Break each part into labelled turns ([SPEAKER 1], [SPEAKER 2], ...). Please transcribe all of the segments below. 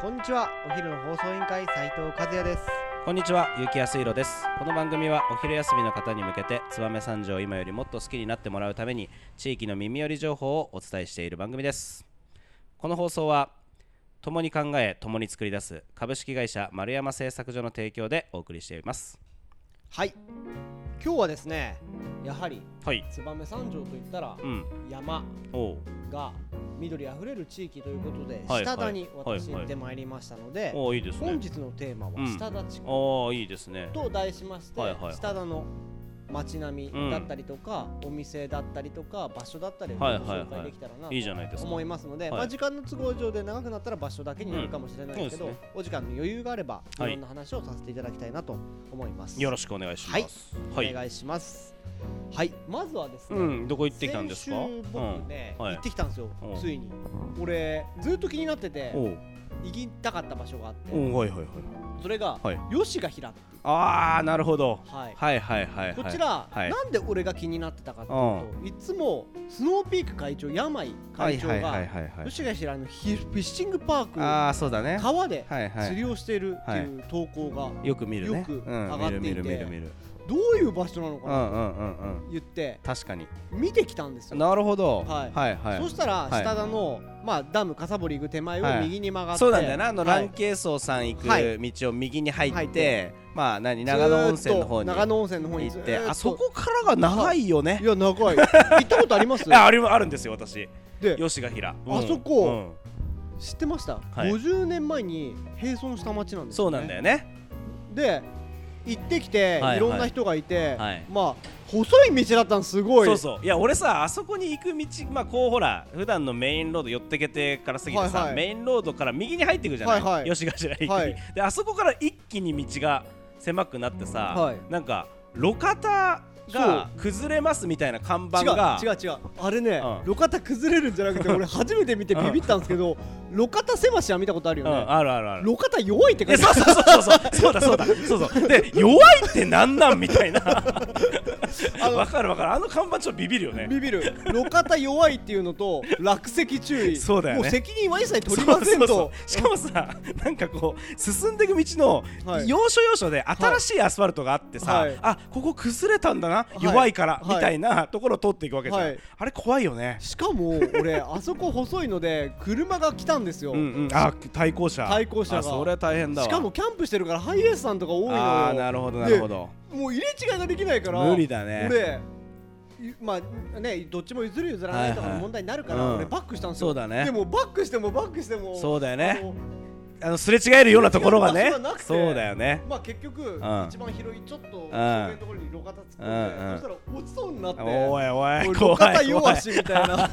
[SPEAKER 1] こんにちはお昼の放送委員会斉藤和也です
[SPEAKER 2] こんにちは、ゆうきやすいろです。この番組はお昼休みの方に向けて、燕三条を今よりもっと好きになってもらうために、地域の耳寄り情報をお伝えしている番組です。この放送は、共に考え、共に作り出す株式会社丸山製作所の提供でお送りしています。
[SPEAKER 1] はい今日はですねやはり
[SPEAKER 2] はい。
[SPEAKER 1] 燕三条といったら
[SPEAKER 2] うん。
[SPEAKER 1] 山
[SPEAKER 2] おう。
[SPEAKER 1] が緑あふれる地域ということで
[SPEAKER 2] はい
[SPEAKER 1] 下田に
[SPEAKER 2] はいはい
[SPEAKER 1] 私行ってまいりましたので
[SPEAKER 2] おう、いいです
[SPEAKER 1] 本
[SPEAKER 2] ね。
[SPEAKER 1] 日のテーマは
[SPEAKER 2] うん
[SPEAKER 1] 下田地区
[SPEAKER 2] おう、いいですね。
[SPEAKER 1] と題しまして
[SPEAKER 2] はいはいはい
[SPEAKER 1] 下田の街並みだったりとかお店だったりとか場所だったりをご
[SPEAKER 2] はいはいはい
[SPEAKER 1] 紹介できたらない
[SPEAKER 2] い
[SPEAKER 1] と
[SPEAKER 2] じゃないですか。
[SPEAKER 1] 思いますので、
[SPEAKER 2] はい
[SPEAKER 1] まあ、時間の都合上で長くなったら場所だけになるかもしれないですけど、
[SPEAKER 2] うんそうで
[SPEAKER 1] お時間の余裕があればい
[SPEAKER 2] はい
[SPEAKER 1] ろんな話をさせていただきたいなと思います。
[SPEAKER 2] よろしくお願いします。
[SPEAKER 1] お願いします。はい、まずはですね、
[SPEAKER 2] うん、どこ行ってきたんですか
[SPEAKER 1] 先週僕ね、
[SPEAKER 2] うんはい
[SPEAKER 1] 行ってきたんですよ
[SPEAKER 2] おう、
[SPEAKER 1] ついに。俺、ずっと気になってて、
[SPEAKER 2] おう。
[SPEAKER 1] 行きたかった場所があって、
[SPEAKER 2] おう、はいはいはい。
[SPEAKER 1] それが、
[SPEAKER 2] はい
[SPEAKER 1] 吉ヶ平っていう。
[SPEAKER 2] あー、なるほど。
[SPEAKER 1] はい
[SPEAKER 2] はいはいはいはい。
[SPEAKER 1] こちら、
[SPEAKER 2] はい
[SPEAKER 1] なんで俺が気になってたかっていうと、いつもスノーピーク会長、山井会長
[SPEAKER 2] はい
[SPEAKER 1] が、
[SPEAKER 2] はいはいはいはい、
[SPEAKER 1] 吉ヶ平のヒフィッシングパークの
[SPEAKER 2] ああそうだね
[SPEAKER 1] 川で
[SPEAKER 2] はいはい
[SPEAKER 1] 釣りをしているっていう投稿が
[SPEAKER 2] よく見るね
[SPEAKER 1] よく
[SPEAKER 2] うん
[SPEAKER 1] 上がっていて
[SPEAKER 2] 見る見る見る見る
[SPEAKER 1] どういう場所なのか
[SPEAKER 2] う
[SPEAKER 1] なん
[SPEAKER 2] うんうんうん
[SPEAKER 1] 言って
[SPEAKER 2] 確かに
[SPEAKER 1] 見てきたんですよ
[SPEAKER 2] なるほど、
[SPEAKER 1] はい
[SPEAKER 2] はいはい
[SPEAKER 1] そしたら
[SPEAKER 2] はい
[SPEAKER 1] 下田のまあダムかさぼり行く手前
[SPEAKER 2] は
[SPEAKER 1] を
[SPEAKER 2] い
[SPEAKER 1] 右に曲がって
[SPEAKER 2] そうなんだよなあの
[SPEAKER 1] は
[SPEAKER 2] 蘭
[SPEAKER 1] い
[SPEAKER 2] 渓荘さん行
[SPEAKER 1] はい
[SPEAKER 2] く道を右に入って,、
[SPEAKER 1] 入って
[SPEAKER 2] まあ何長野温泉の方に
[SPEAKER 1] ずーっと長野温泉の方に
[SPEAKER 2] 行って
[SPEAKER 1] ずーっと
[SPEAKER 2] あそこからが長いよね
[SPEAKER 1] いや長い行ったことあり ます
[SPEAKER 2] ああれもあるんですよ私
[SPEAKER 1] で
[SPEAKER 2] 吉ヶ平、
[SPEAKER 1] あそこ
[SPEAKER 2] う
[SPEAKER 1] 知ってました
[SPEAKER 2] い
[SPEAKER 1] 50年前に閉村した町なん
[SPEAKER 2] ん
[SPEAKER 1] です
[SPEAKER 2] そうなんだよね
[SPEAKER 1] で行ってきて
[SPEAKER 2] はい
[SPEAKER 1] いろんな人がいて
[SPEAKER 2] はい
[SPEAKER 1] まあ細い道だったんすごい
[SPEAKER 2] そうそういや俺さあそこに行く道まあこうほら普段のメインロード寄ってけてから過ぎてさ、
[SPEAKER 1] はいはい
[SPEAKER 2] メインロードから右に入っていくじゃない、
[SPEAKER 1] はいはい
[SPEAKER 2] 吉ヶ白駅に、
[SPEAKER 1] はい
[SPEAKER 2] であそこから一気に道が狭くなってさ、
[SPEAKER 1] はい
[SPEAKER 2] なんか路肩が崩れますみたいな看板が
[SPEAKER 1] 違う違う違うあれね、
[SPEAKER 2] うん
[SPEAKER 1] 路肩崩れるんじゃなくて俺初めて見てビビったんですけど、路肩狭しは見たことあるよ
[SPEAKER 2] う
[SPEAKER 1] ね、
[SPEAKER 2] ん、あるあるある
[SPEAKER 1] 路肩弱いって書
[SPEAKER 2] え
[SPEAKER 1] いて
[SPEAKER 2] そ
[SPEAKER 1] あ
[SPEAKER 2] うそうそうそうそうだそうだそうそうで弱いってなんなんみたいな
[SPEAKER 1] あの
[SPEAKER 2] わかるわかるあの看板ちょっとビビるよね
[SPEAKER 1] るビビる路肩弱いっていうのと 落石注意
[SPEAKER 2] そうだよね
[SPEAKER 1] もう責任は一切取りませんと
[SPEAKER 2] そうそうそうしかもさなんかこう進んでいく
[SPEAKER 1] は
[SPEAKER 2] 道の
[SPEAKER 1] い
[SPEAKER 2] 要所要所で新しいアスファルトがあってさ、
[SPEAKER 1] はい
[SPEAKER 2] あここ崩れたんだな、
[SPEAKER 1] い
[SPEAKER 2] 弱いから、
[SPEAKER 1] はい
[SPEAKER 2] みたいなところを通っていくわけじゃん、
[SPEAKER 1] はい
[SPEAKER 2] あれ怖いよね
[SPEAKER 1] しかも俺あそこ細いので車が来たんですよ、
[SPEAKER 2] うんうんあ対向車
[SPEAKER 1] 対向車が
[SPEAKER 2] あそれは大変だわ
[SPEAKER 1] しかもキャンプしてるからハイエースさんとか多いのよ
[SPEAKER 2] ああなるほどなるほど
[SPEAKER 1] もう入れ違いができないから
[SPEAKER 2] 無理だね
[SPEAKER 1] 俺いまあねどっちも譲る譲らないとか
[SPEAKER 2] はい
[SPEAKER 1] の
[SPEAKER 2] はい
[SPEAKER 1] 問題になるから、
[SPEAKER 2] うん
[SPEAKER 1] 俺バックしたんですよ
[SPEAKER 2] そうだね
[SPEAKER 1] でもバックしてもバックしても
[SPEAKER 2] そうだよ
[SPEAKER 1] あ
[SPEAKER 2] ね
[SPEAKER 1] の
[SPEAKER 2] あのすれ違えるようなところがね
[SPEAKER 1] すれ違う場所がなくて
[SPEAKER 2] そうだよね
[SPEAKER 1] まあ結局、
[SPEAKER 2] ん
[SPEAKER 1] 一番広いちょっと正面のところに路肩突っ込んで、
[SPEAKER 2] うんうん
[SPEAKER 1] そしたら落ちそうになって
[SPEAKER 2] おいおい
[SPEAKER 1] 俺路
[SPEAKER 2] 怖い
[SPEAKER 1] 肩
[SPEAKER 2] 怖
[SPEAKER 1] 弱
[SPEAKER 2] い
[SPEAKER 1] しみたいな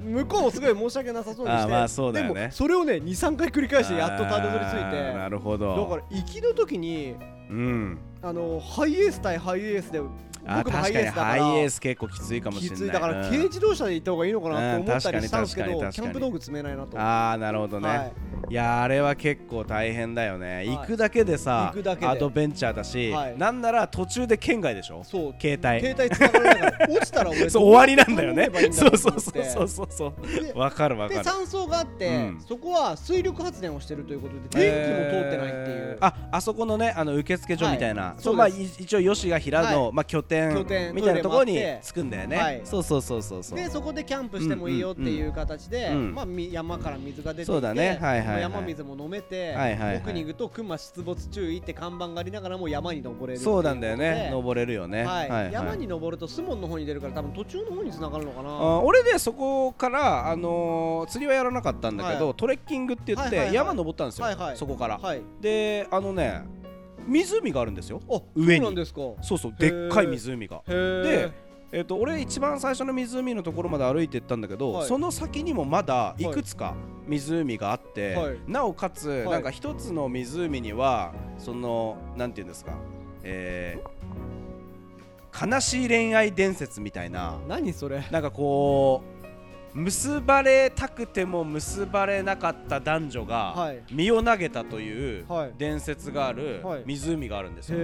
[SPEAKER 1] 向こうもすごい申し訳なさそうにし
[SPEAKER 2] あ
[SPEAKER 1] て
[SPEAKER 2] まあそうだよね
[SPEAKER 1] でもそれをね23回繰り返してやっとたどり着い
[SPEAKER 2] あーな
[SPEAKER 1] て
[SPEAKER 2] るほど
[SPEAKER 1] だから行きの時に
[SPEAKER 2] うん
[SPEAKER 1] あのハイエース対ハイエースで
[SPEAKER 2] あ
[SPEAKER 1] 僕もハ
[SPEAKER 2] 確
[SPEAKER 1] イ
[SPEAKER 2] か
[SPEAKER 1] エースだ
[SPEAKER 2] に
[SPEAKER 1] から
[SPEAKER 2] ハイエース結構きついかもし
[SPEAKER 1] き
[SPEAKER 2] れない
[SPEAKER 1] ついだから
[SPEAKER 2] うん
[SPEAKER 1] 軽自動車で行った方がいいのかなと思ったりしたんですけど、
[SPEAKER 2] うん確かに確かに確
[SPEAKER 1] キ
[SPEAKER 2] かに
[SPEAKER 1] ャンプ道具積めないなと
[SPEAKER 2] ああなるほどね、
[SPEAKER 1] はい
[SPEAKER 2] い、やーあれは結構大変だよね、
[SPEAKER 1] い
[SPEAKER 2] 行くだけでさ
[SPEAKER 1] 行くだけで
[SPEAKER 2] アドベンチャーだし、
[SPEAKER 1] はい
[SPEAKER 2] なんなら途中で県外でしょ
[SPEAKER 1] そう
[SPEAKER 2] 携帯
[SPEAKER 1] 携帯繋がらないから落ちたら俺
[SPEAKER 2] そう終わりなんだよね
[SPEAKER 1] どうやって
[SPEAKER 2] そ
[SPEAKER 1] 頼
[SPEAKER 2] う
[SPEAKER 1] めばいいんだろ
[SPEAKER 2] そ
[SPEAKER 1] と
[SPEAKER 2] ううそうそ
[SPEAKER 1] 思
[SPEAKER 2] う
[SPEAKER 1] って
[SPEAKER 2] そうそう
[SPEAKER 1] で
[SPEAKER 2] わかるわか
[SPEAKER 1] で
[SPEAKER 2] る
[SPEAKER 1] 山荘があって、
[SPEAKER 2] うん
[SPEAKER 1] そこは水力発電をしてるということで電気も通ってないっていう、
[SPEAKER 2] えーああそこのねあの受付所みたいな、
[SPEAKER 1] はい
[SPEAKER 2] そう
[SPEAKER 1] そ
[SPEAKER 2] ま
[SPEAKER 1] う
[SPEAKER 2] あ
[SPEAKER 1] で
[SPEAKER 2] い
[SPEAKER 1] す
[SPEAKER 2] 一応吉が平の、
[SPEAKER 1] は
[SPEAKER 2] まあ拠点
[SPEAKER 1] 拠点
[SPEAKER 2] みたいなところに
[SPEAKER 1] トイレもあって
[SPEAKER 2] 着くんだよね、
[SPEAKER 1] はい
[SPEAKER 2] そうそうそうそうそう
[SPEAKER 1] でそこでキャンプしてもいいよっていう形で、
[SPEAKER 2] うんうんうん
[SPEAKER 1] まあ、み山から水が出てきて
[SPEAKER 2] そうだねはいはいはい
[SPEAKER 1] まあ山水も飲めて、
[SPEAKER 2] はいはいはい
[SPEAKER 1] 奥に行くと熊出没注意って看板がありながらも山に登れるってい
[SPEAKER 2] そうなんだよね
[SPEAKER 1] ことで
[SPEAKER 2] 登れるよね、
[SPEAKER 1] はい山に登るとスモンの方に出るから多分途中の方に繋がるのかな
[SPEAKER 2] あー俺ねそこから、あのー釣りはやらなかったんだけど、
[SPEAKER 1] は
[SPEAKER 2] トレッキングって言っ
[SPEAKER 1] は
[SPEAKER 2] て、
[SPEAKER 1] いはいはい
[SPEAKER 2] 山登ったんですよ、
[SPEAKER 1] はいはい
[SPEAKER 2] そこから、
[SPEAKER 1] はい
[SPEAKER 2] であのね湖があるんですよ
[SPEAKER 1] あ
[SPEAKER 2] 上に
[SPEAKER 1] そうなんですかへ
[SPEAKER 2] そうそう
[SPEAKER 1] へ
[SPEAKER 2] で
[SPEAKER 1] ー
[SPEAKER 2] っかい湖が
[SPEAKER 1] え
[SPEAKER 2] でえっと俺一番最初の湖のところまで歩いてったんだけど、
[SPEAKER 1] はい
[SPEAKER 2] その先にもまだいくつか湖があって、
[SPEAKER 1] はい
[SPEAKER 2] なおかつ、
[SPEAKER 1] い
[SPEAKER 2] なんか一つの湖にはそのなんていうんですかえー悲しい恋愛伝説みたいな
[SPEAKER 1] 何それ
[SPEAKER 2] なんかこう結ばれたくても結ばれなかった男女
[SPEAKER 1] は
[SPEAKER 2] が
[SPEAKER 1] い
[SPEAKER 2] 身を投げたという
[SPEAKER 1] はい
[SPEAKER 2] 伝説がある
[SPEAKER 1] はい
[SPEAKER 2] 湖があるんですよ、
[SPEAKER 1] へ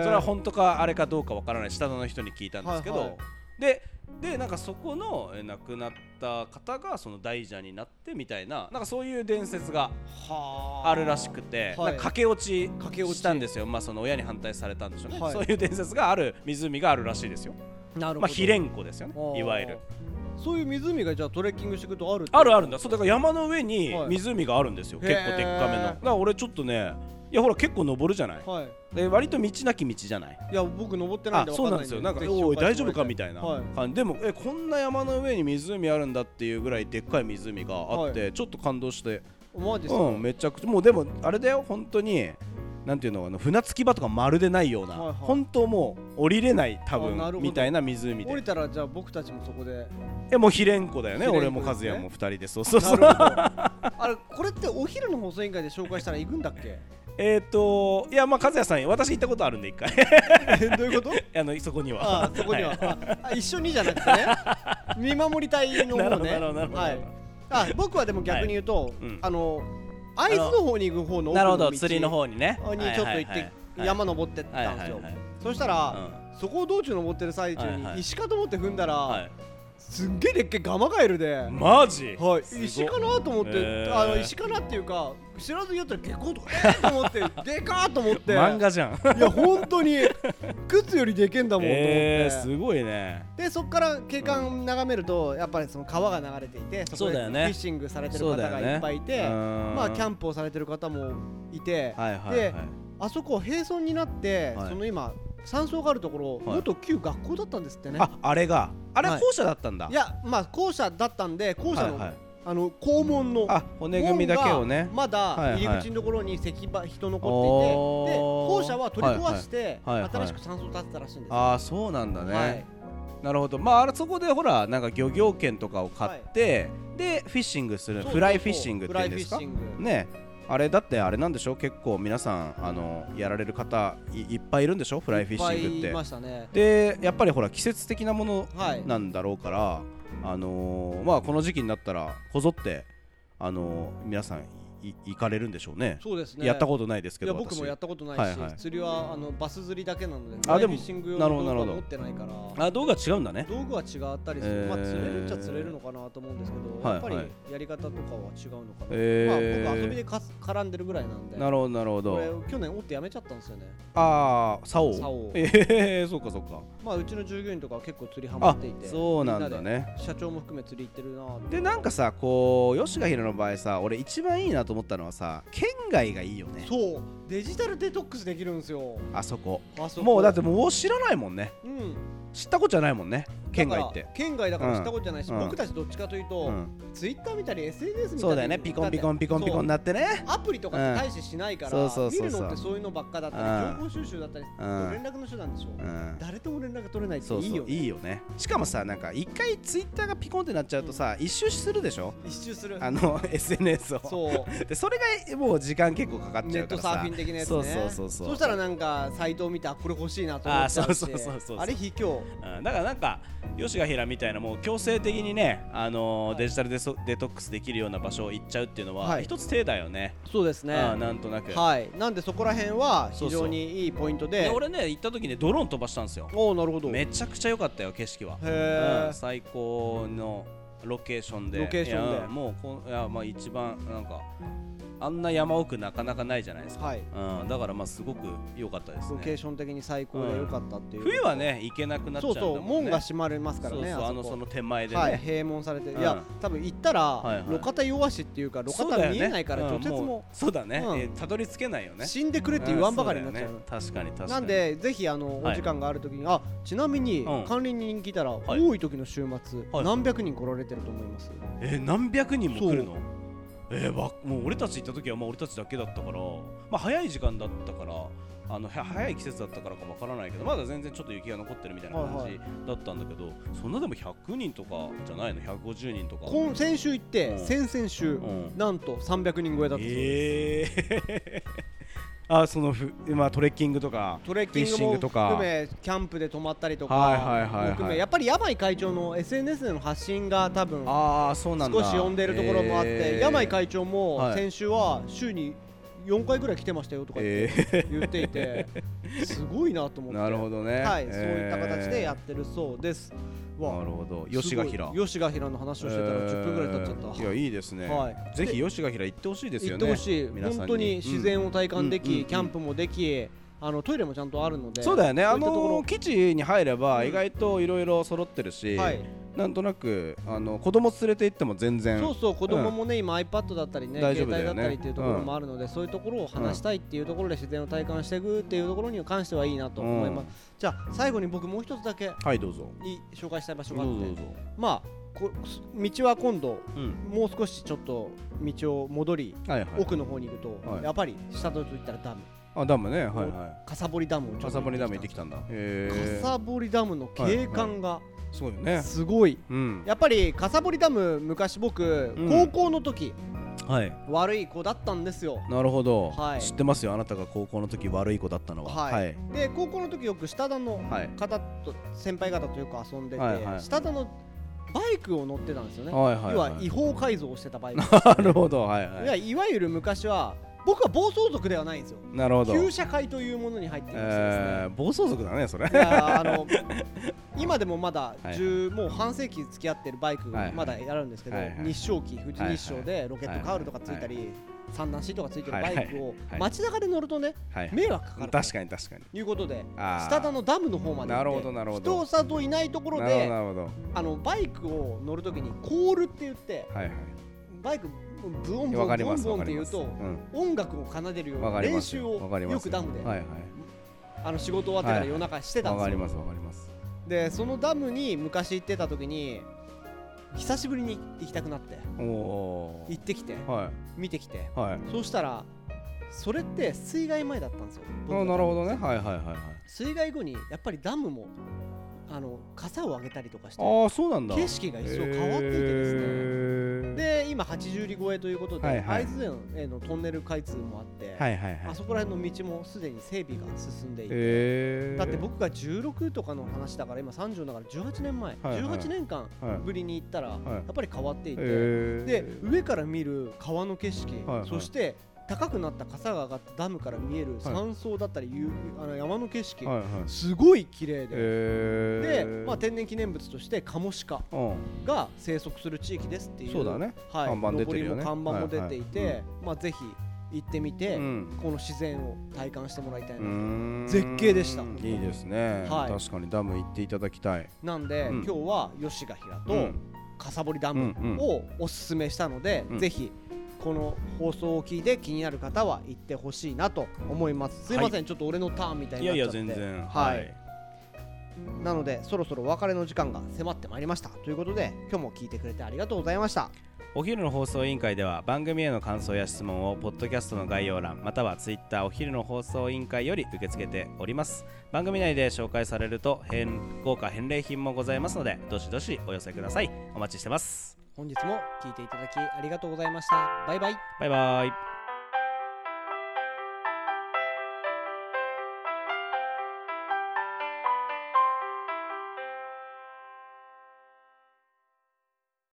[SPEAKER 1] え
[SPEAKER 2] それは本当かあれかどうかわからない下田の人に聞いたんですけど、
[SPEAKER 1] はいはい
[SPEAKER 2] ででなんかそこのえ亡くなった方がその大蛇になってみたいななんかそういう伝説が
[SPEAKER 1] は
[SPEAKER 2] あるらしく
[SPEAKER 1] は
[SPEAKER 2] て、
[SPEAKER 1] い
[SPEAKER 2] なんか駆け落ち
[SPEAKER 1] 駆け落ち
[SPEAKER 2] したんですよ、まあ、その親に反対されたんでしょうね、
[SPEAKER 1] はい
[SPEAKER 2] そういう伝説がある湖があるらしいですよ、
[SPEAKER 1] なるほど
[SPEAKER 2] まあ、秘蓮湖ですよ
[SPEAKER 1] あー
[SPEAKER 2] ねいわゆる
[SPEAKER 1] そういう湖がじゃあトレッキングしてくるとある
[SPEAKER 2] あるあ
[SPEAKER 1] る
[SPEAKER 2] るんだそうだから山の上に
[SPEAKER 1] はい
[SPEAKER 2] 湖があるんですよ、
[SPEAKER 1] へー
[SPEAKER 2] 結構でっかめのだから俺ちょっとねいやほら結構登るじゃない
[SPEAKER 1] はい
[SPEAKER 2] で割と道なき道じゃない
[SPEAKER 1] いや僕登ってないん
[SPEAKER 2] あ
[SPEAKER 1] でわ
[SPEAKER 2] そ
[SPEAKER 1] か
[SPEAKER 2] うんなん
[SPEAKER 1] ない
[SPEAKER 2] で
[SPEAKER 1] ん
[SPEAKER 2] すよなんか
[SPEAKER 1] ぜひ
[SPEAKER 2] おい
[SPEAKER 1] 紹介
[SPEAKER 2] 大
[SPEAKER 1] して
[SPEAKER 2] 丈
[SPEAKER 1] もら
[SPEAKER 2] 夫
[SPEAKER 1] いた
[SPEAKER 2] かみたいな
[SPEAKER 1] はい
[SPEAKER 2] 感じでもえこんな山の上に湖あるんだっていうぐらいでっかい湖があって、ちょっと感動して
[SPEAKER 1] マジですか、
[SPEAKER 2] うんめちゃくちゃもうでもあれだよ本当になんていうのあの船着き場とかまるでないような、
[SPEAKER 1] はいはい
[SPEAKER 2] 本当もう降りれない多
[SPEAKER 1] あなるほ
[SPEAKER 2] 分
[SPEAKER 1] ど
[SPEAKER 2] みたいな湖
[SPEAKER 1] 降
[SPEAKER 2] で
[SPEAKER 1] りたらじゃあ僕たちもそこで
[SPEAKER 2] えもう秘蓮湖だよね
[SPEAKER 1] 秘
[SPEAKER 2] 俺
[SPEAKER 1] 蓮
[SPEAKER 2] も
[SPEAKER 1] 湖
[SPEAKER 2] 和
[SPEAKER 1] ですね
[SPEAKER 2] 也も二人でそうそう
[SPEAKER 1] な
[SPEAKER 2] そ
[SPEAKER 1] るほ
[SPEAKER 2] う
[SPEAKER 1] どあれこれってお昼の放送委員会で紹介したら行くんだっけ
[SPEAKER 2] えっといやまあ和也さん私行ったことあるんで一回
[SPEAKER 1] えどういうこと
[SPEAKER 2] あのそこには
[SPEAKER 1] あそこに は、ああ一緒にじゃなく てね見守り隊の
[SPEAKER 2] なる
[SPEAKER 1] 方
[SPEAKER 2] ほど
[SPEAKER 1] ね
[SPEAKER 2] なるほどなるほど
[SPEAKER 1] はいあ僕はでも逆に言うと、
[SPEAKER 2] いうん
[SPEAKER 1] あの会津の方に行く方の奥の道
[SPEAKER 2] なるほど釣りの方にね
[SPEAKER 1] にちょっと行って、山登ってったんですよ、
[SPEAKER 2] はいはいはい
[SPEAKER 1] そしたら、そこを道中登ってる最中
[SPEAKER 2] はいはい
[SPEAKER 1] に石かと思って踏んだら、
[SPEAKER 2] はい
[SPEAKER 1] すんげえでっけえガマガエルで、
[SPEAKER 2] マジ
[SPEAKER 1] はい
[SPEAKER 2] すごい
[SPEAKER 1] 石かなと思って、
[SPEAKER 2] へえ
[SPEAKER 1] あの石かなっていうか知らずにやったら下校とかえーと思って でかーと思って
[SPEAKER 2] 漫画じゃ ん
[SPEAKER 1] いや本当に靴よりでけえんだもんと思って、
[SPEAKER 2] えー、すごいね
[SPEAKER 1] でそこから景観眺めると、やっぱりその川が流れていてそ
[SPEAKER 2] そう
[SPEAKER 1] こで
[SPEAKER 2] だ
[SPEAKER 1] フ
[SPEAKER 2] よ
[SPEAKER 1] ィ
[SPEAKER 2] ね
[SPEAKER 1] ッシングされてる方がいっぱいいて、ま
[SPEAKER 2] ま
[SPEAKER 1] あキャ
[SPEAKER 2] ン
[SPEAKER 1] ンプをされてる方もいて、
[SPEAKER 2] はいはい、はい、
[SPEAKER 1] であそこ並走になって、
[SPEAKER 2] はい
[SPEAKER 1] その今山荘があるところ、
[SPEAKER 2] はい
[SPEAKER 1] 元旧学校だったんですってね
[SPEAKER 2] ああれがあれ
[SPEAKER 1] はい
[SPEAKER 2] 校舎だったんだ、
[SPEAKER 1] いやまあ校舎だったんで校舎の,、
[SPEAKER 2] はいはい
[SPEAKER 1] あの校門の
[SPEAKER 2] あ骨組みだけをね
[SPEAKER 1] 門がまだ
[SPEAKER 2] はいはい
[SPEAKER 1] 入り口のところに石場人
[SPEAKER 2] お
[SPEAKER 1] 残っていて、で
[SPEAKER 2] ー
[SPEAKER 1] 校舎は取り壊して、
[SPEAKER 2] はいはいはいはい
[SPEAKER 1] 新しく山荘を建てたらしいんですよ。
[SPEAKER 2] ああそうなんだね、
[SPEAKER 1] はい
[SPEAKER 2] なるほどまああれそこでほらなんか漁業権とかを買って、でフィッシングする
[SPEAKER 1] そう
[SPEAKER 2] フライフィッシングっていうんですか
[SPEAKER 1] フライフィッシング
[SPEAKER 2] ねあれだってあれなんでしょ結構皆さんあのやられる方いいっぱいいるんでしょフライフィッシング
[SPEAKER 1] いっぱいい
[SPEAKER 2] っ
[SPEAKER 1] ま
[SPEAKER 2] て
[SPEAKER 1] したね。
[SPEAKER 2] でやっぱりほら季節的なもの
[SPEAKER 1] はい。
[SPEAKER 2] なんだろうから、あのーまあこの時期になったらこぞってあのー皆さんい行かれるんでしょうね
[SPEAKER 1] そうですね。
[SPEAKER 2] やったことないですけ
[SPEAKER 1] い
[SPEAKER 2] ど
[SPEAKER 1] や僕も
[SPEAKER 2] 私
[SPEAKER 1] やったことないし、
[SPEAKER 2] はいはい
[SPEAKER 1] 釣りはあのバス釣りだけなので
[SPEAKER 2] あでも
[SPEAKER 1] フライフィッシング用
[SPEAKER 2] な
[SPEAKER 1] の
[SPEAKER 2] る
[SPEAKER 1] 道具は
[SPEAKER 2] ほどなる
[SPEAKER 1] 持
[SPEAKER 2] ほ
[SPEAKER 1] っ
[SPEAKER 2] ど
[SPEAKER 1] てないから
[SPEAKER 2] あ道具が違うんだね
[SPEAKER 1] 道具は違ったりする、まあ
[SPEAKER 2] えー
[SPEAKER 1] 釣れるっちゃ釣れるのかなと思うんですけど、
[SPEAKER 2] はい
[SPEAKER 1] やっぱ
[SPEAKER 2] は
[SPEAKER 1] りやり方とかは違うのかな、
[SPEAKER 2] えー
[SPEAKER 1] まあ僕遊びでかす絡んでるぐらいなんで
[SPEAKER 2] なるほどなるほ
[SPEAKER 1] これ
[SPEAKER 2] ど
[SPEAKER 1] 去年折ってやめちゃったんですよね
[SPEAKER 2] ああ竿
[SPEAKER 1] 竿
[SPEAKER 2] ええそうかそうか
[SPEAKER 1] まあうちの従業員とかは結構釣りハマ
[SPEAKER 2] あ
[SPEAKER 1] っていて
[SPEAKER 2] そうなんだ
[SPEAKER 1] みな
[SPEAKER 2] ね
[SPEAKER 1] で社長も含め釣り行ってるなぁ
[SPEAKER 2] でなんかさこう吉賀ひろの場合さ俺一番いいなと思ったのはさ県外がいいよね
[SPEAKER 1] そうデジタルデトックスできるんですよ
[SPEAKER 2] あそこ
[SPEAKER 1] あそこ
[SPEAKER 2] もうだってもう知らないもんね
[SPEAKER 1] うん
[SPEAKER 2] 知ったことじゃないもんね県外って
[SPEAKER 1] だから県外だから知ったことじゃないし、
[SPEAKER 2] うん
[SPEAKER 1] 僕たちどっちかというと、
[SPEAKER 2] うん
[SPEAKER 1] ツイッター見たり SNS 見たり
[SPEAKER 2] そうだよねピコンピコンピコンピコンに
[SPEAKER 1] だって
[SPEAKER 2] なってね
[SPEAKER 1] そうアプリとかって大してしないから、
[SPEAKER 2] うんそうそうそうそ
[SPEAKER 1] 見る
[SPEAKER 2] う
[SPEAKER 1] のってそういうのばっかだったり
[SPEAKER 2] うん
[SPEAKER 1] 情報収集だったり、
[SPEAKER 2] うん
[SPEAKER 1] 連絡の手段でしょ、
[SPEAKER 2] うん
[SPEAKER 1] 誰とも連絡取れないって
[SPEAKER 2] そ
[SPEAKER 1] いうい
[SPEAKER 2] そうい
[SPEAKER 1] いよね
[SPEAKER 2] いよねしかもさなんか一回ツイッターがピコンってなっちゃうとさ一周するでしょ
[SPEAKER 1] 一周する
[SPEAKER 2] あの SNS を
[SPEAKER 1] そう
[SPEAKER 2] でそれがもう時間結構かかっち
[SPEAKER 1] ネ
[SPEAKER 2] ゃ
[SPEAKER 1] ッ
[SPEAKER 2] うか
[SPEAKER 1] ト
[SPEAKER 2] ら
[SPEAKER 1] サ
[SPEAKER 2] さ
[SPEAKER 1] ーフィン的なやつね
[SPEAKER 2] そうそうそうそう
[SPEAKER 1] したらなんかサイトを見てあこれ欲しいなと思っちゃうし
[SPEAKER 2] あそうそうそうそう
[SPEAKER 1] あれ卑怯
[SPEAKER 2] うんだからなんか吉賀平みたいなもう強制的にね、あのー
[SPEAKER 1] はい
[SPEAKER 2] デジタルデソデトックスできるような場所行っちゃうっていうのは、
[SPEAKER 1] はい
[SPEAKER 2] 一つ手だよね
[SPEAKER 1] そうですね
[SPEAKER 2] あーなんとなく、
[SPEAKER 1] はいなんでそこら辺は非常にいいポイントで
[SPEAKER 2] で俺ね行った時ねドローン飛ばしたんですよ
[SPEAKER 1] おおなるほど
[SPEAKER 2] めちゃくちゃ良かったよ景色は、
[SPEAKER 1] へー
[SPEAKER 2] うん最高のロケーションで
[SPEAKER 1] ロケーションで
[SPEAKER 2] いやもうこんいや、まあ、一番なんかあんな山奥なかなかないじゃないですか、
[SPEAKER 1] はい
[SPEAKER 2] うん、だからまあすごく良かったです
[SPEAKER 1] ロケー
[SPEAKER 2] ね
[SPEAKER 1] ション的に最高で良かったっていう、
[SPEAKER 2] 冬はね行けなくなっち
[SPEAKER 1] そううん
[SPEAKER 2] ゃだもん、
[SPEAKER 1] そ
[SPEAKER 2] ね、
[SPEAKER 1] う門が閉まりますからね
[SPEAKER 2] そうそうあ
[SPEAKER 1] こ
[SPEAKER 2] のその手前でね、
[SPEAKER 1] はい閉門されて、
[SPEAKER 2] うん
[SPEAKER 1] いや多分行ったら、
[SPEAKER 2] いはい
[SPEAKER 1] 路肩弱しっていうか路
[SPEAKER 2] そうだよ
[SPEAKER 1] 肩
[SPEAKER 2] ね
[SPEAKER 1] 見えないから、
[SPEAKER 2] うん
[SPEAKER 1] 除雪
[SPEAKER 2] う
[SPEAKER 1] も
[SPEAKER 2] そうだね、
[SPEAKER 1] うん
[SPEAKER 2] えーたどり着けないよね
[SPEAKER 1] 死んでくれって言わんばかりになっちゃう,、
[SPEAKER 2] んそうだよね確かに確かに
[SPEAKER 1] なんでぜひあの、
[SPEAKER 2] はい
[SPEAKER 1] お時間がある時にあちなみに、
[SPEAKER 2] うん
[SPEAKER 1] 管理人に聞いたら、
[SPEAKER 2] い
[SPEAKER 1] 多い時の週末、
[SPEAKER 2] はい
[SPEAKER 1] 何百人来られてると思います
[SPEAKER 2] えー何百人も来るのえー、わもう俺たち行った時はまあ俺たちだけだったからまあ早い時間だったからあのは早い季節だったからかわからないけどまだ全然ちょっと雪が残ってるみたいな感
[SPEAKER 1] はい
[SPEAKER 2] じだったんだけど、そんなでも100人とかじゃないの150人とか
[SPEAKER 1] 今先週行って、
[SPEAKER 2] うん
[SPEAKER 1] 先々週、
[SPEAKER 2] うん
[SPEAKER 1] なんと300人超えだったそうです、
[SPEAKER 2] ええ あそのふ、まあ、トレッキングとか
[SPEAKER 1] トレッキン
[SPEAKER 2] フィッシ
[SPEAKER 1] グ
[SPEAKER 2] ン
[SPEAKER 1] も
[SPEAKER 2] グとか
[SPEAKER 1] 含めキャンプで泊まったりとか、
[SPEAKER 2] はいはいはいはい
[SPEAKER 1] 含めやっぱりヤバい会長の SNS での発信が多分
[SPEAKER 2] ああそうなんだ
[SPEAKER 1] 少し呼んでるところもあって、
[SPEAKER 2] えー
[SPEAKER 1] 山井会長も
[SPEAKER 2] はい
[SPEAKER 1] 先週は週に4回ぐらい来てましたよとかって
[SPEAKER 2] えー
[SPEAKER 1] 言っていて、すごいなと思って
[SPEAKER 2] なるほどね
[SPEAKER 1] はい、
[SPEAKER 2] えー
[SPEAKER 1] そういった形でやってるそうですわ
[SPEAKER 2] なるほど吉ヶ平
[SPEAKER 1] すごい吉ヶ平の話をしてたら10分ぐらい経っちゃった、
[SPEAKER 2] えーいやいいですね、
[SPEAKER 1] はい
[SPEAKER 2] ぜひ吉ヶ平行ってほしいです
[SPEAKER 1] 行
[SPEAKER 2] よ
[SPEAKER 1] って
[SPEAKER 2] ね
[SPEAKER 1] ほしい、
[SPEAKER 2] 皆さん
[SPEAKER 1] 本当に自然を体感でき、
[SPEAKER 2] うんうんうん
[SPEAKER 1] キャンプもできあのトイレもちゃんとあるので
[SPEAKER 2] そうだよね
[SPEAKER 1] そ
[SPEAKER 2] あ
[SPEAKER 1] ういったところ
[SPEAKER 2] の基地に入れば
[SPEAKER 1] うん
[SPEAKER 2] 意外といろいろ揃ってるし、
[SPEAKER 1] はい
[SPEAKER 2] なんとなくあの子供連れて行っても全然
[SPEAKER 1] そうそう子供もね、今 iPad だったりね
[SPEAKER 2] 大丈
[SPEAKER 1] 携
[SPEAKER 2] 夫だ
[SPEAKER 1] 帯だ
[SPEAKER 2] よね
[SPEAKER 1] ったりっていうところもあるので、そういうところを話したいっていうところで自然を体感していくっていうところに関してはいいなと思います、
[SPEAKER 2] う
[SPEAKER 1] じゃあ最後に僕もう一つだけ
[SPEAKER 2] はいどうぞ
[SPEAKER 1] いい紹介したい場所
[SPEAKER 2] どう
[SPEAKER 1] があ
[SPEAKER 2] ぞ
[SPEAKER 1] っ
[SPEAKER 2] どう
[SPEAKER 1] て
[SPEAKER 2] ぞ
[SPEAKER 1] まあこ道は今度
[SPEAKER 2] うん
[SPEAKER 1] もう少しちょっと道を戻り、
[SPEAKER 2] はいはい
[SPEAKER 1] 奥の方に行くと、
[SPEAKER 2] はい
[SPEAKER 1] やっぱり下のと言ったらダム
[SPEAKER 2] あダムねはいは
[SPEAKER 1] かさぼりダムを
[SPEAKER 2] い
[SPEAKER 1] ちょ
[SPEAKER 2] か
[SPEAKER 1] っと
[SPEAKER 2] さぼりダ
[SPEAKER 1] 行
[SPEAKER 2] ム
[SPEAKER 1] っ
[SPEAKER 2] 行ってて
[SPEAKER 1] き
[SPEAKER 2] きたんだ
[SPEAKER 1] た
[SPEAKER 2] へえ
[SPEAKER 1] かさぼりダムの景観が
[SPEAKER 2] すごいよね
[SPEAKER 1] すごい
[SPEAKER 2] うん
[SPEAKER 1] やっぱりかさぼりダム昔僕
[SPEAKER 2] うん
[SPEAKER 1] 高校の時
[SPEAKER 2] はい
[SPEAKER 1] 悪い子だったんですよ
[SPEAKER 2] なるほど、
[SPEAKER 1] はい
[SPEAKER 2] 知ってますよあなたが高校の時悪い子だったのは
[SPEAKER 1] はい
[SPEAKER 2] はい
[SPEAKER 1] で高校の時よく下田の
[SPEAKER 2] はい
[SPEAKER 1] 方と先輩方とよく遊んでて
[SPEAKER 2] はいはい
[SPEAKER 1] 下田のバイクを乗ってたんですよね
[SPEAKER 2] はいはい
[SPEAKER 1] 要は
[SPEAKER 2] はい
[SPEAKER 1] 違法改造をしてたバイク
[SPEAKER 2] なるほどはい
[SPEAKER 1] い
[SPEAKER 2] は
[SPEAKER 1] や
[SPEAKER 2] い
[SPEAKER 1] いわゆる昔は僕は暴走族ではないんですよ
[SPEAKER 2] なるほど
[SPEAKER 1] 旧社会というものに入っていましたですね
[SPEAKER 2] えー暴走族だねそれ
[SPEAKER 1] いやあの 今でもまだ
[SPEAKER 2] はい
[SPEAKER 1] 10、もう半世紀付き合ってるバイク
[SPEAKER 2] はいはい
[SPEAKER 1] まだやるんですけど、
[SPEAKER 2] はいはい
[SPEAKER 1] 日照機富士日照でロケットカウルとかついたり、三段シートがついてるバイクを
[SPEAKER 2] はいはいはい
[SPEAKER 1] 街中で乗るとね
[SPEAKER 2] はい
[SPEAKER 1] 迷惑かかる
[SPEAKER 2] 確かに確かに
[SPEAKER 1] ということで
[SPEAKER 2] あー
[SPEAKER 1] 下田のダムの方まで
[SPEAKER 2] なる
[SPEAKER 1] 行っ
[SPEAKER 2] ほ
[SPEAKER 1] て
[SPEAKER 2] どなるほど
[SPEAKER 1] 人里いないところ
[SPEAKER 2] なるほど
[SPEAKER 1] で
[SPEAKER 2] なるほど
[SPEAKER 1] あのバイクを乗るときにコールって言って
[SPEAKER 2] はいは
[SPEAKER 1] バイクブオン
[SPEAKER 2] い
[SPEAKER 1] ブオ
[SPEAKER 2] わ
[SPEAKER 1] ン
[SPEAKER 2] かり
[SPEAKER 1] ブオ
[SPEAKER 2] ま
[SPEAKER 1] ン
[SPEAKER 2] す
[SPEAKER 1] ブオ
[SPEAKER 2] わ
[SPEAKER 1] ン
[SPEAKER 2] か
[SPEAKER 1] って言
[SPEAKER 2] りま
[SPEAKER 1] う
[SPEAKER 2] す
[SPEAKER 1] と
[SPEAKER 2] うん
[SPEAKER 1] 音楽を奏でるよう
[SPEAKER 2] わ
[SPEAKER 1] な
[SPEAKER 2] かり
[SPEAKER 1] 練
[SPEAKER 2] ます
[SPEAKER 1] 習
[SPEAKER 2] よわ
[SPEAKER 1] を
[SPEAKER 2] かります
[SPEAKER 1] よくダムで、
[SPEAKER 2] はいは
[SPEAKER 1] あの仕事終わってから夜中して
[SPEAKER 2] い
[SPEAKER 1] たん
[SPEAKER 2] わ
[SPEAKER 1] です
[SPEAKER 2] かり
[SPEAKER 1] よ。
[SPEAKER 2] ますわかります
[SPEAKER 1] でそのダムに昔行ってた時に久しぶりに行きたくなって
[SPEAKER 2] おお
[SPEAKER 1] 行ってきて
[SPEAKER 2] ーは
[SPEAKER 1] 見てきて
[SPEAKER 2] いはい
[SPEAKER 1] そうしたらそれって水害前だったんですよ僕
[SPEAKER 2] あ
[SPEAKER 1] が
[SPEAKER 2] なるほどねはいはいはいはい
[SPEAKER 1] 水害後にやっぱりダムもあの傘を上げたりとかして
[SPEAKER 2] ああそうなんだ
[SPEAKER 1] 景色が一層変わっていてですね、
[SPEAKER 2] ね
[SPEAKER 1] で今80里超えということで、
[SPEAKER 2] はいはい
[SPEAKER 1] 会津園へのトンネル開通もあって、
[SPEAKER 2] はいはいはい
[SPEAKER 1] あそこら辺の道もすでに整備が進んでいて、
[SPEAKER 2] えー、
[SPEAKER 1] だって僕が16とかの話だから今30だから18年前、
[SPEAKER 2] はいはい
[SPEAKER 1] 18年間
[SPEAKER 2] はい
[SPEAKER 1] ぶりに行ったら、
[SPEAKER 2] い
[SPEAKER 1] やっぱり変わっていて、
[SPEAKER 2] えー、
[SPEAKER 1] で上から見る川の景色、
[SPEAKER 2] はいはい
[SPEAKER 1] そして高くなった笠が上がったダムから見える山荘だったり、ゆあの山の景色、
[SPEAKER 2] はいはい
[SPEAKER 1] すごい綺麗で、
[SPEAKER 2] えー、
[SPEAKER 1] で、まあ、天然記念物としてカモシカ
[SPEAKER 2] うん
[SPEAKER 1] が生息する地域ですっていう
[SPEAKER 2] そうだね
[SPEAKER 1] はい、
[SPEAKER 2] 看板出てるよね
[SPEAKER 1] 上りも看板も出ていて、
[SPEAKER 2] はいはい
[SPEAKER 1] まあ、ぜひ行ってみて、
[SPEAKER 2] うん
[SPEAKER 1] この自然を体感してもらいたいなと、
[SPEAKER 2] うーん
[SPEAKER 1] 絶景でした
[SPEAKER 2] いいですね、
[SPEAKER 1] はい
[SPEAKER 2] 確かにダム行っていただきたい
[SPEAKER 1] なんで、
[SPEAKER 2] う
[SPEAKER 1] 今
[SPEAKER 2] ん
[SPEAKER 1] 日は吉ヶ平
[SPEAKER 2] う
[SPEAKER 1] と
[SPEAKER 2] ん
[SPEAKER 1] かさぼりダム
[SPEAKER 2] うんうん
[SPEAKER 1] をおすすめしたので、
[SPEAKER 2] うん
[SPEAKER 1] ぜひこの放送を聞いて気になる方は行ってほしいなと思いますすいません、ちょっと俺のターンみたい
[SPEAKER 2] い
[SPEAKER 1] にな
[SPEAKER 2] や
[SPEAKER 1] っ
[SPEAKER 2] い
[SPEAKER 1] ちゃ
[SPEAKER 2] や
[SPEAKER 1] って
[SPEAKER 2] 全然
[SPEAKER 1] はい、なのでそろそろお別れの時間が迫ってまいりましたということで今日も聞いてくれてありがとうございました
[SPEAKER 2] お昼の放送委員会では番組への感想や質問をポッドキャストの概要欄またはツイッターお昼の放送委員会より受け付けております番組内で紹介されると変豪華返礼品もございますのでどしどしお寄せくださいお待ちしてます
[SPEAKER 1] 本日も聞いていただきありがとうございましたバイバイ
[SPEAKER 2] バイバイ